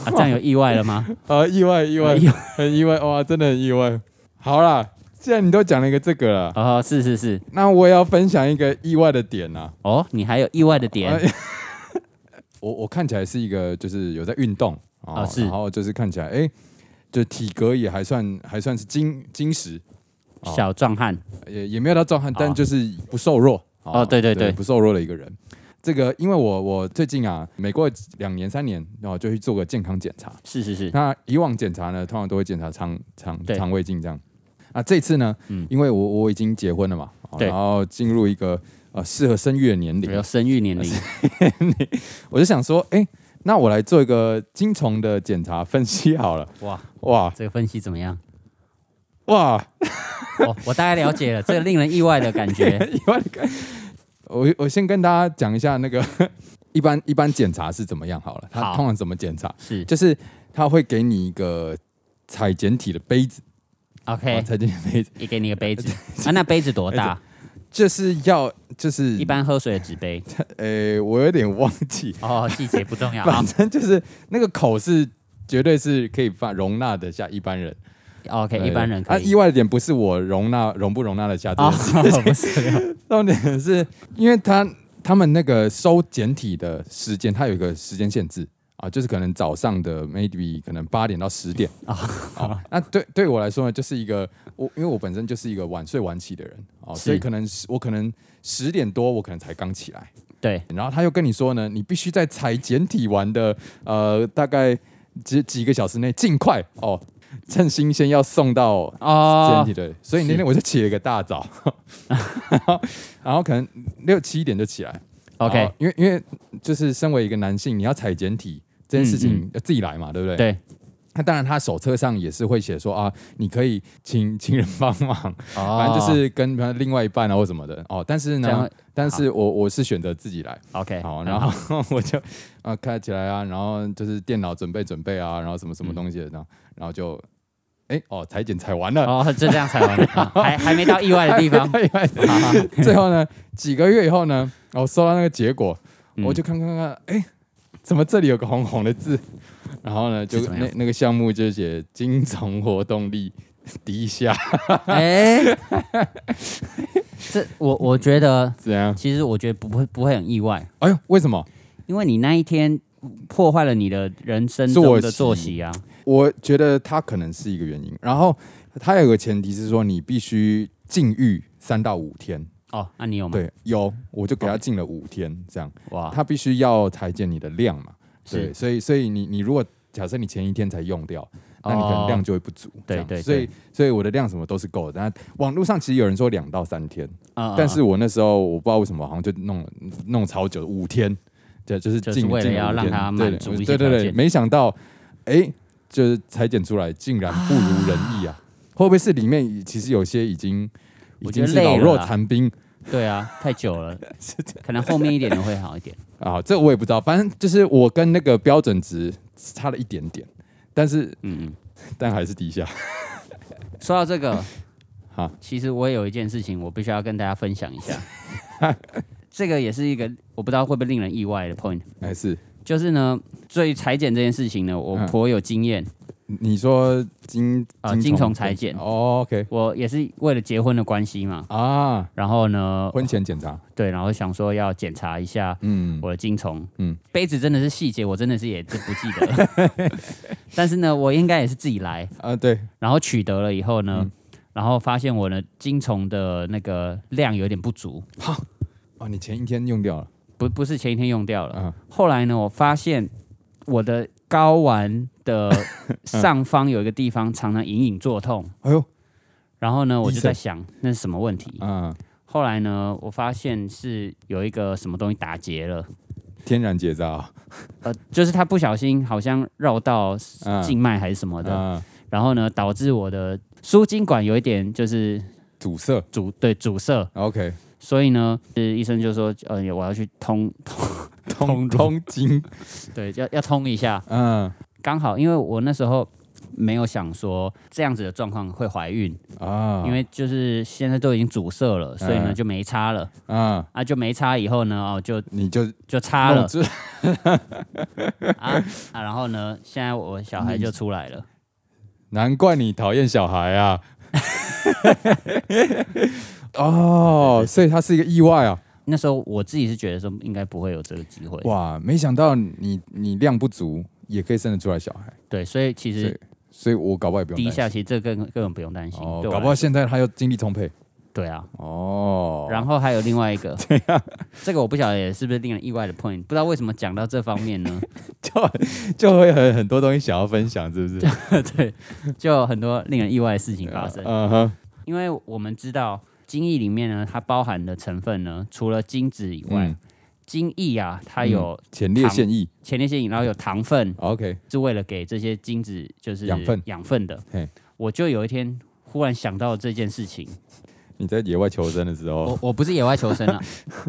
Speaker 1: 这样有意外了吗？
Speaker 2: 啊，意外，意外
Speaker 1: 意，
Speaker 2: 很意外，哇，真的很意外。好啦，既然你都讲了一个这个了，
Speaker 1: 哦，是是是，
Speaker 2: 那我也要分享一个意外的点啊。
Speaker 1: 哦，你还有意外的点，
Speaker 2: 哎我我看起来是一个就是有在运动哦
Speaker 1: 啊是
Speaker 2: 然后就是看起来哎、就体格也还算还算是精精实，哦
Speaker 1: 小壮汉，
Speaker 2: 也也没有到壮汉，
Speaker 1: 哦
Speaker 2: 但就是不瘦弱。
Speaker 1: 哦对对对
Speaker 2: 不瘦弱的一个人。这个因为我我最近啊，每过两年三年，然后就去做个健康检查。
Speaker 1: 是是是，
Speaker 2: 那以往检查呢，通常都会检查肠肠
Speaker 1: 对
Speaker 2: 肠胃镜这样。啊，这次呢，
Speaker 1: 嗯
Speaker 2: 因为我我已经结婚了嘛，哦
Speaker 1: 对哎
Speaker 2: 然后进入一个呃适合生育的年
Speaker 1: 有
Speaker 2: 龄，
Speaker 1: 生育年龄，
Speaker 2: 我就想说，哎、那我来做一个精虫的检查分析好了。
Speaker 1: 哇，
Speaker 2: [LAUGHS]
Speaker 1: [LAUGHS]
Speaker 2: 哇
Speaker 1: 这个分析怎么样？
Speaker 2: 哇，
Speaker 1: 哦，我大概了解了，这个令人意外的感觉，
Speaker 2: [LAUGHS] 意外的感我我先跟大家讲一下那个一般一般检查是怎么样好了，它
Speaker 1: 好
Speaker 2: 通常怎么检查，
Speaker 1: 是
Speaker 2: 就是它会给你一个采检体的杯子，哦
Speaker 1: OK，
Speaker 2: 采检体的杯子
Speaker 1: 也给你个杯
Speaker 2: 呃
Speaker 1: 子，啊，那杯子多大？
Speaker 2: 就是要就是
Speaker 1: 一般喝水的纸
Speaker 2: [LAUGHS]
Speaker 1: 杯，
Speaker 2: 呃，我有点忘记，
Speaker 1: 哦，细节不重要啊
Speaker 2: 反。正就是那个口是绝对是可以放容纳得下一般人。
Speaker 1: OK，
Speaker 2: 对
Speaker 1: 一般人可
Speaker 2: 啊，
Speaker 1: 以
Speaker 2: 意。外的点不是我容纳容不容纳得下这
Speaker 1: 啊，
Speaker 2: 件
Speaker 1: [LAUGHS] 不
Speaker 2: 事，
Speaker 1: 是，
Speaker 2: 重点是因为他他们那个收简体的时间，它有一个时间限制啊，就是可能早上的 maybe 可能八点到十点啊、哦，那对对我来说呢，就是一个我因为我本身就是一个晚睡晚起的人哦，所以
Speaker 1: 是
Speaker 2: 可能是我可能十点多我可能才刚起来，
Speaker 1: 对，
Speaker 2: 然后他又跟你说呢，你必须在裁剪体完的呃大概几几个小时内尽快哦，趁新鲜要送到
Speaker 1: 哦
Speaker 2: 剪体，对，所以那天我就起了一个大早， [LAUGHS] 然后然后可能六七点就起来
Speaker 1: OK
Speaker 2: 然后因为因为就是身为一个男性，你要采剪体这件事
Speaker 1: 嗯
Speaker 2: 情要自己来嘛，对不对？。
Speaker 1: 对，
Speaker 2: 那当然，他手册上也是会写说啊，你可以请请人帮忙，
Speaker 1: 反
Speaker 2: 反正就是跟另外一半啊或什么的哦。但是
Speaker 1: 哦这样
Speaker 2: 呢
Speaker 1: 会，
Speaker 2: 但是我我是选择自己来。
Speaker 1: OK，嗯
Speaker 2: 好，
Speaker 1: 哎很
Speaker 2: 然后 [LAUGHS] 我就啊开起来啊，然后就是电脑准备准备啊，然后什么
Speaker 1: 嗯
Speaker 2: 什么东西的，然后然后就哎哦裁剪裁完了，。
Speaker 1: 哦，就这样才完，啊还还没到意外的地方
Speaker 2: [LAUGHS]
Speaker 1: [LAUGHS]
Speaker 2: 对对 [LAUGHS]
Speaker 1: 好好好
Speaker 2: 最后呢，几个月以后呢，我收到那个结果，
Speaker 1: 嗯
Speaker 2: 我就看看看，哎、怎么这里有个红红的字？然后呢，就是
Speaker 1: 怎么样
Speaker 2: 那那个项目就写精虫活动力低下，
Speaker 1: 哎、这我我觉得，
Speaker 2: 怎样？
Speaker 1: 其实我觉得不会不会很意外，
Speaker 2: 哎呦，为什么？
Speaker 1: 因为你那一天破坏了你的人生中的作息啊。
Speaker 2: 我觉得它可能是一个原因。然后它有个前提是说，你必须禁欲三到五天。
Speaker 1: 哦，那、你有吗？哦
Speaker 2: 对，有，我就给他禁了五天，这样，
Speaker 1: 哇，
Speaker 2: 他必须要裁剪你的量嘛。对，
Speaker 1: 是
Speaker 2: 所以所以你你如果假设你前一天才用掉，那你可
Speaker 1: 哦
Speaker 2: 能量就会不足。
Speaker 1: 对
Speaker 2: 这样
Speaker 1: 对
Speaker 2: 所以所以我的量什么都是够的。那网络上其实有人说两到三天，
Speaker 1: 啊
Speaker 2: 但是我那时候我不知道为什么，好像就弄了弄超久，五天，对，就是
Speaker 1: 就是
Speaker 2: 进进
Speaker 1: 为了要
Speaker 2: 五
Speaker 1: 让
Speaker 2: 天
Speaker 1: 它
Speaker 2: 对
Speaker 1: 满足
Speaker 2: 我
Speaker 1: 一些
Speaker 2: 对
Speaker 1: 条
Speaker 2: 对对，
Speaker 1: 件
Speaker 2: 没想到，哎，就是裁剪出来竟然不如人意啊！会不会是里面其实有些已经已
Speaker 1: 我
Speaker 2: 经
Speaker 1: 觉
Speaker 2: 是
Speaker 1: 得
Speaker 2: 老
Speaker 1: 累了
Speaker 2: 弱
Speaker 1: 啦
Speaker 2: 残兵
Speaker 1: 对啊，太久
Speaker 2: [LAUGHS]
Speaker 1: 了，可能后面一点的会好一点。
Speaker 2: 啊，这我也不知道，反正就是我跟那个标准值差了一点点，但是
Speaker 1: 嗯，嗯。
Speaker 2: [LAUGHS] 但还是低下。
Speaker 1: 说到这个
Speaker 2: 好，
Speaker 1: 其实我也有一件事情，我必须要跟大家分享一下。 [LAUGHS] 这个也是一个我不知道会不会令人意外的 point，
Speaker 2: 哎，是
Speaker 1: 就是呢，对于裁剪这件事情呢，我
Speaker 2: 嗯
Speaker 1: 颇有经验。
Speaker 2: 你说金
Speaker 1: 啊
Speaker 2: 虫
Speaker 1: 金虫裁剪
Speaker 2: 哦，OK
Speaker 1: 我也是为了结婚的关系嘛，
Speaker 2: 啊，
Speaker 1: 然后呢，
Speaker 2: 婚前检查，
Speaker 1: 对，然后想说要检查一下
Speaker 2: 嗯
Speaker 1: 我的精虫，嗯
Speaker 2: 嗯，
Speaker 1: 杯子真的是细节，我真的是也是不记得了，
Speaker 2: [LAUGHS]
Speaker 1: 但是呢，我应该也是自己来，
Speaker 2: 啊，对，
Speaker 1: 然后取得了以后
Speaker 2: 嗯
Speaker 1: 呢，然后发现我的精虫的那个量有点不足，
Speaker 2: 哦，你前一天用掉了
Speaker 1: 不不是前一天用掉了，
Speaker 2: 嗯
Speaker 1: 后来呢，我发现我的睾丸
Speaker 2: [LAUGHS]
Speaker 1: 的上方有一个地方常常隐隐作痛，
Speaker 2: 嗯哎呦，
Speaker 1: 然后呢，我
Speaker 2: 医
Speaker 1: 就
Speaker 2: 生
Speaker 1: 在想那是什么问题，
Speaker 2: 啊，
Speaker 1: 后来呢，我发现是有一个什么东西打结了，
Speaker 2: 天然结扎啊
Speaker 1: 呃，就是他不小心好像绕到
Speaker 2: 嗯
Speaker 1: 静脉还是什么的，
Speaker 2: 啊，
Speaker 1: 然后呢，导致我的输精管有一点就是
Speaker 2: 阻塞
Speaker 1: 阻对阻塞，
Speaker 2: ，OK，
Speaker 1: 所以呢，呃医生就说，呃，我要去通 [LAUGHS] 通
Speaker 2: 通通经，
Speaker 1: [LAUGHS] 对，要要通一下。
Speaker 2: 嗯
Speaker 1: 刚好因为我那时候没有想说这样子的状况会怀孕，
Speaker 2: 啊，
Speaker 1: 因为就是现在都已经阻塞了，所以呢
Speaker 2: 嗯
Speaker 1: 就没插了
Speaker 2: 啊，
Speaker 1: 啊，就没插以后呢，哦就
Speaker 2: 你就
Speaker 1: 就插了
Speaker 2: 弄。出
Speaker 1: 啊啊，然后呢，现在我小孩就出来了。
Speaker 2: 难怪你讨厌小孩啊。 [LAUGHS] 哦，所以它是一个意外啊！
Speaker 1: 那时候我自己是觉得说应该不会有这个机会，
Speaker 2: 哇，没想到你你量不足也可以生得出来小孩，
Speaker 1: 对，所以其实
Speaker 2: 是所以我搞不好也不用
Speaker 1: 低
Speaker 2: 担心
Speaker 1: 下其实这更根本不用担心，
Speaker 2: 哦
Speaker 1: 对，我
Speaker 2: 搞
Speaker 1: 来
Speaker 2: 不好现在他又精力充沛
Speaker 1: 对啊。
Speaker 2: 哦。
Speaker 1: 然后还有另外一个，这个我不晓得也是不是令人意外的 point，不知道为什么讲到这方面呢？
Speaker 2: [LAUGHS]
Speaker 1: [LAUGHS]
Speaker 2: 就就会很很多东西想要分享，是不是？
Speaker 1: 对，就有很多令人意外的事情发生，
Speaker 2: 嗯哼，
Speaker 1: 因为我们知道精液里面呢，它包含的成分呢，除了精子以外
Speaker 2: 嗯，
Speaker 1: 精液啊，它有
Speaker 2: 前列腺液
Speaker 1: 前列腺饮，然后有糖分，
Speaker 2: ，OK，
Speaker 1: 是为了给这些精子就是
Speaker 2: 养分
Speaker 1: 养分的
Speaker 2: 嘿。
Speaker 1: 我就有一天忽然想到这件事情，
Speaker 2: 你在野外求生的时候
Speaker 1: 我，我不是野外求生啊，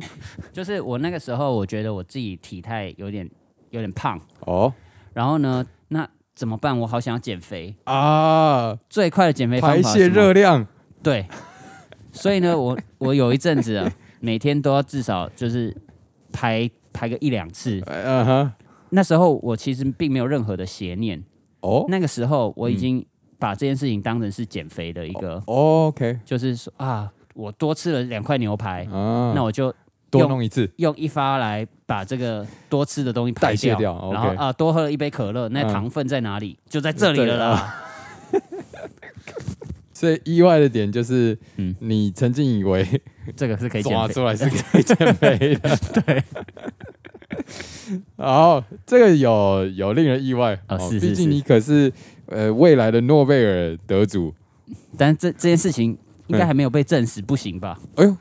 Speaker 1: [LAUGHS] 就是我那个时候我觉得我自己体态有点有点胖，
Speaker 2: 哦
Speaker 1: 然后呢，那怎么办？我好想要减肥，
Speaker 2: 啊，
Speaker 1: 最快的减肥方
Speaker 2: 排
Speaker 1: 法
Speaker 2: 泄
Speaker 1: 是什么
Speaker 2: 热量，
Speaker 1: 对，所以呢，我我有一阵子啊，每天都要至少就是排排个一两次。
Speaker 2: 哎嗯哼，
Speaker 1: 那时候我其实并没有任何的邪念，
Speaker 2: 哦
Speaker 1: 那个时候我已经把这件事情当成是减肥的一个
Speaker 2: 哦，OK，
Speaker 1: 就是说啊，我多吃了两块牛排，
Speaker 2: 啊，
Speaker 1: 那我就
Speaker 2: 多弄一次，
Speaker 1: 用一发来把这个多吃的东西排
Speaker 2: 代谢掉
Speaker 1: 然后
Speaker 2: OK
Speaker 1: 啊、多喝了一杯可乐，那
Speaker 2: 嗯啊
Speaker 1: 糖分在哪里？就在这里了啦。
Speaker 2: 所以意外的点就是，
Speaker 1: 嗯
Speaker 2: 你曾经以
Speaker 1: [LAUGHS]
Speaker 2: 为
Speaker 1: 这个是可以减
Speaker 2: 抓
Speaker 1: 肥。
Speaker 2: 出
Speaker 1: [LAUGHS]
Speaker 2: 来是可以减肥的， [LAUGHS] 对。然后这个有有令人意外
Speaker 1: 哦是是
Speaker 2: 毕竟
Speaker 1: 是
Speaker 2: 你可是呃未来的诺贝尔得主，
Speaker 1: 但这这件事情应该还没有被证实，不行吧？
Speaker 2: 哎呦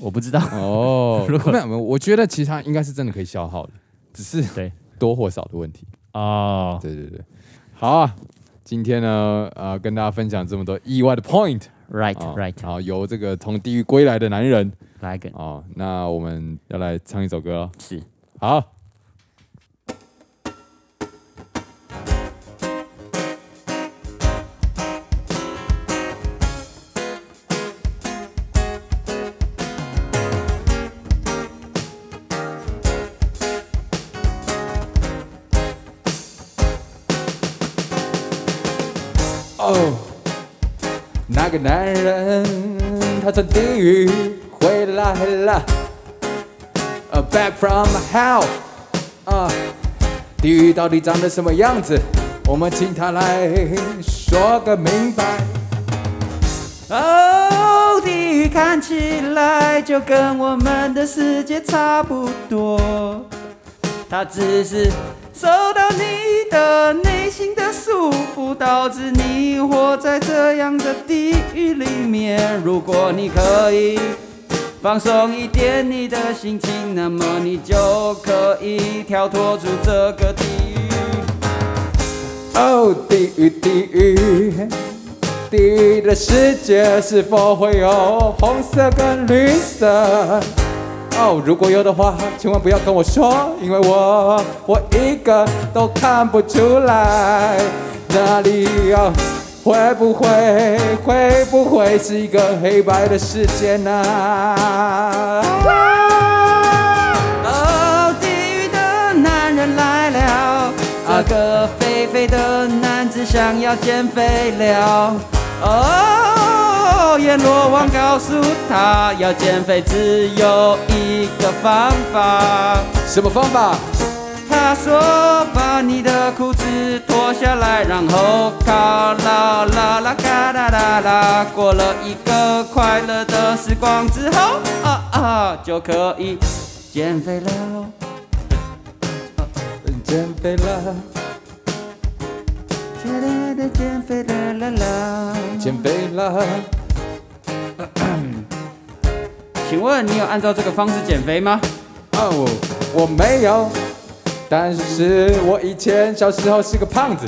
Speaker 1: 我不知道。
Speaker 2: 哦，
Speaker 1: [LAUGHS] 如果
Speaker 2: 没有，没有我觉得其实它应该是真的可以消耗的，只是
Speaker 1: 对
Speaker 2: 多或少的问题。
Speaker 1: 哦，
Speaker 2: 对对对，好啊，今天呢，呃，跟大家分享这么多意外的 point，
Speaker 1: Right,
Speaker 2: 啊
Speaker 1: right，
Speaker 2: 好，由这个从地狱归来的男人
Speaker 1: 来一个
Speaker 2: 哦，那我们要来唱一首歌了，
Speaker 1: 是
Speaker 2: 好。哦，那个男人他从地狱回来了呃，back from hell，啊、地狱到底长得什么样子？我们请他来说个明白。
Speaker 1: 哦，地狱看起来就跟我们的世界差不多，它只是受到你的内心的束缚，导致你活在这样的地狱里面。如果你可以放松一点你的心情，那么你就可以跳脱出这个地狱。
Speaker 2: 哦，地狱，地狱，地狱的世界是否会有红色跟绿色？哦，如果有的话，千万不要跟我说，因为我我一个都看不出来。那里啊，会不会会不会是一个黑白的世界呢、
Speaker 1: 哦，地狱的男人来了，这个肥肥的男子想要减肥了。哦，阎罗王告诉他，要减肥只有一个方法。
Speaker 2: 什么方法？
Speaker 1: 他说，把你的裤子脱下来，然后卡啦啦啦卡啦啦啦，过了一个快乐的时光之后，啊啊，就可以减肥了。
Speaker 2: 嗯减肥了，
Speaker 1: 哒哒哒减肥啦啦啦！
Speaker 2: 减肥了，
Speaker 1: 请问你有按照这个方式减肥吗？
Speaker 2: 哦，我没有，但是我以前小时候是个胖子。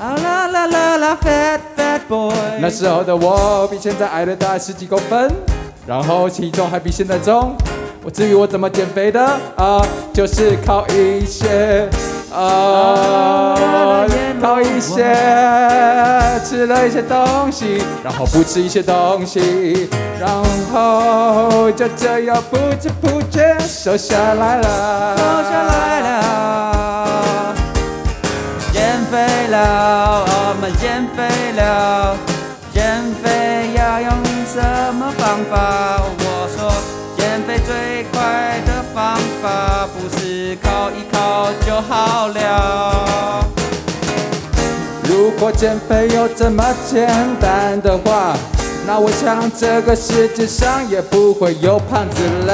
Speaker 1: 啊啦啦啦啦，fat fat boy。
Speaker 2: 那时候的我比现在矮了大概十几公分，然后体重还比现在重。我至于我怎么减肥的啊，就是靠一些啊，靠一些吃了一些东西，然后不吃一些东西，然后就这样不知不觉瘦下来了，
Speaker 1: 瘦下来了，减肥了，我们减肥了，减肥要用什么方法？我说，减肥最快的方法不是靠一靠就好了。
Speaker 2: 如果减肥有这么简单的话，那我想这个世界上也不会有胖子了。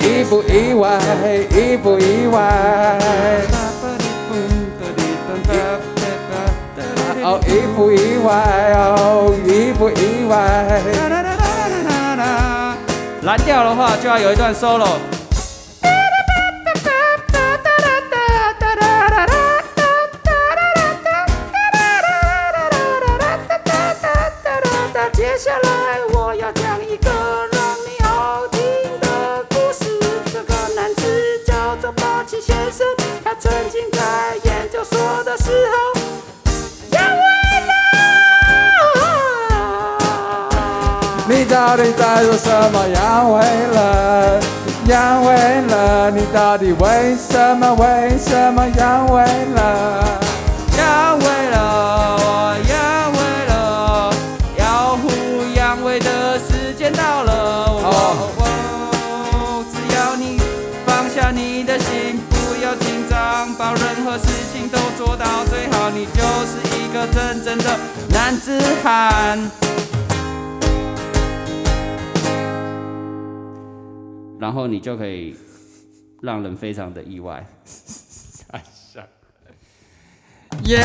Speaker 2: 意不意外？意不意外？哦，意不意外？哦，意不意外？
Speaker 1: 蓝调的话就要有一段 solo。接下来我要讲一个让你好听的故事。这个男子叫做巴奇先生，他曾经在研究所的时候养胃了。
Speaker 2: 你到底在说什么？阳痿了，阳痿了，你到底为什么？为什么阳痿了？
Speaker 1: 要为了我，要为了，要呼哦有真正的男子汉。然后你就可以让人非常的意外。
Speaker 2: 太像。
Speaker 1: 耶！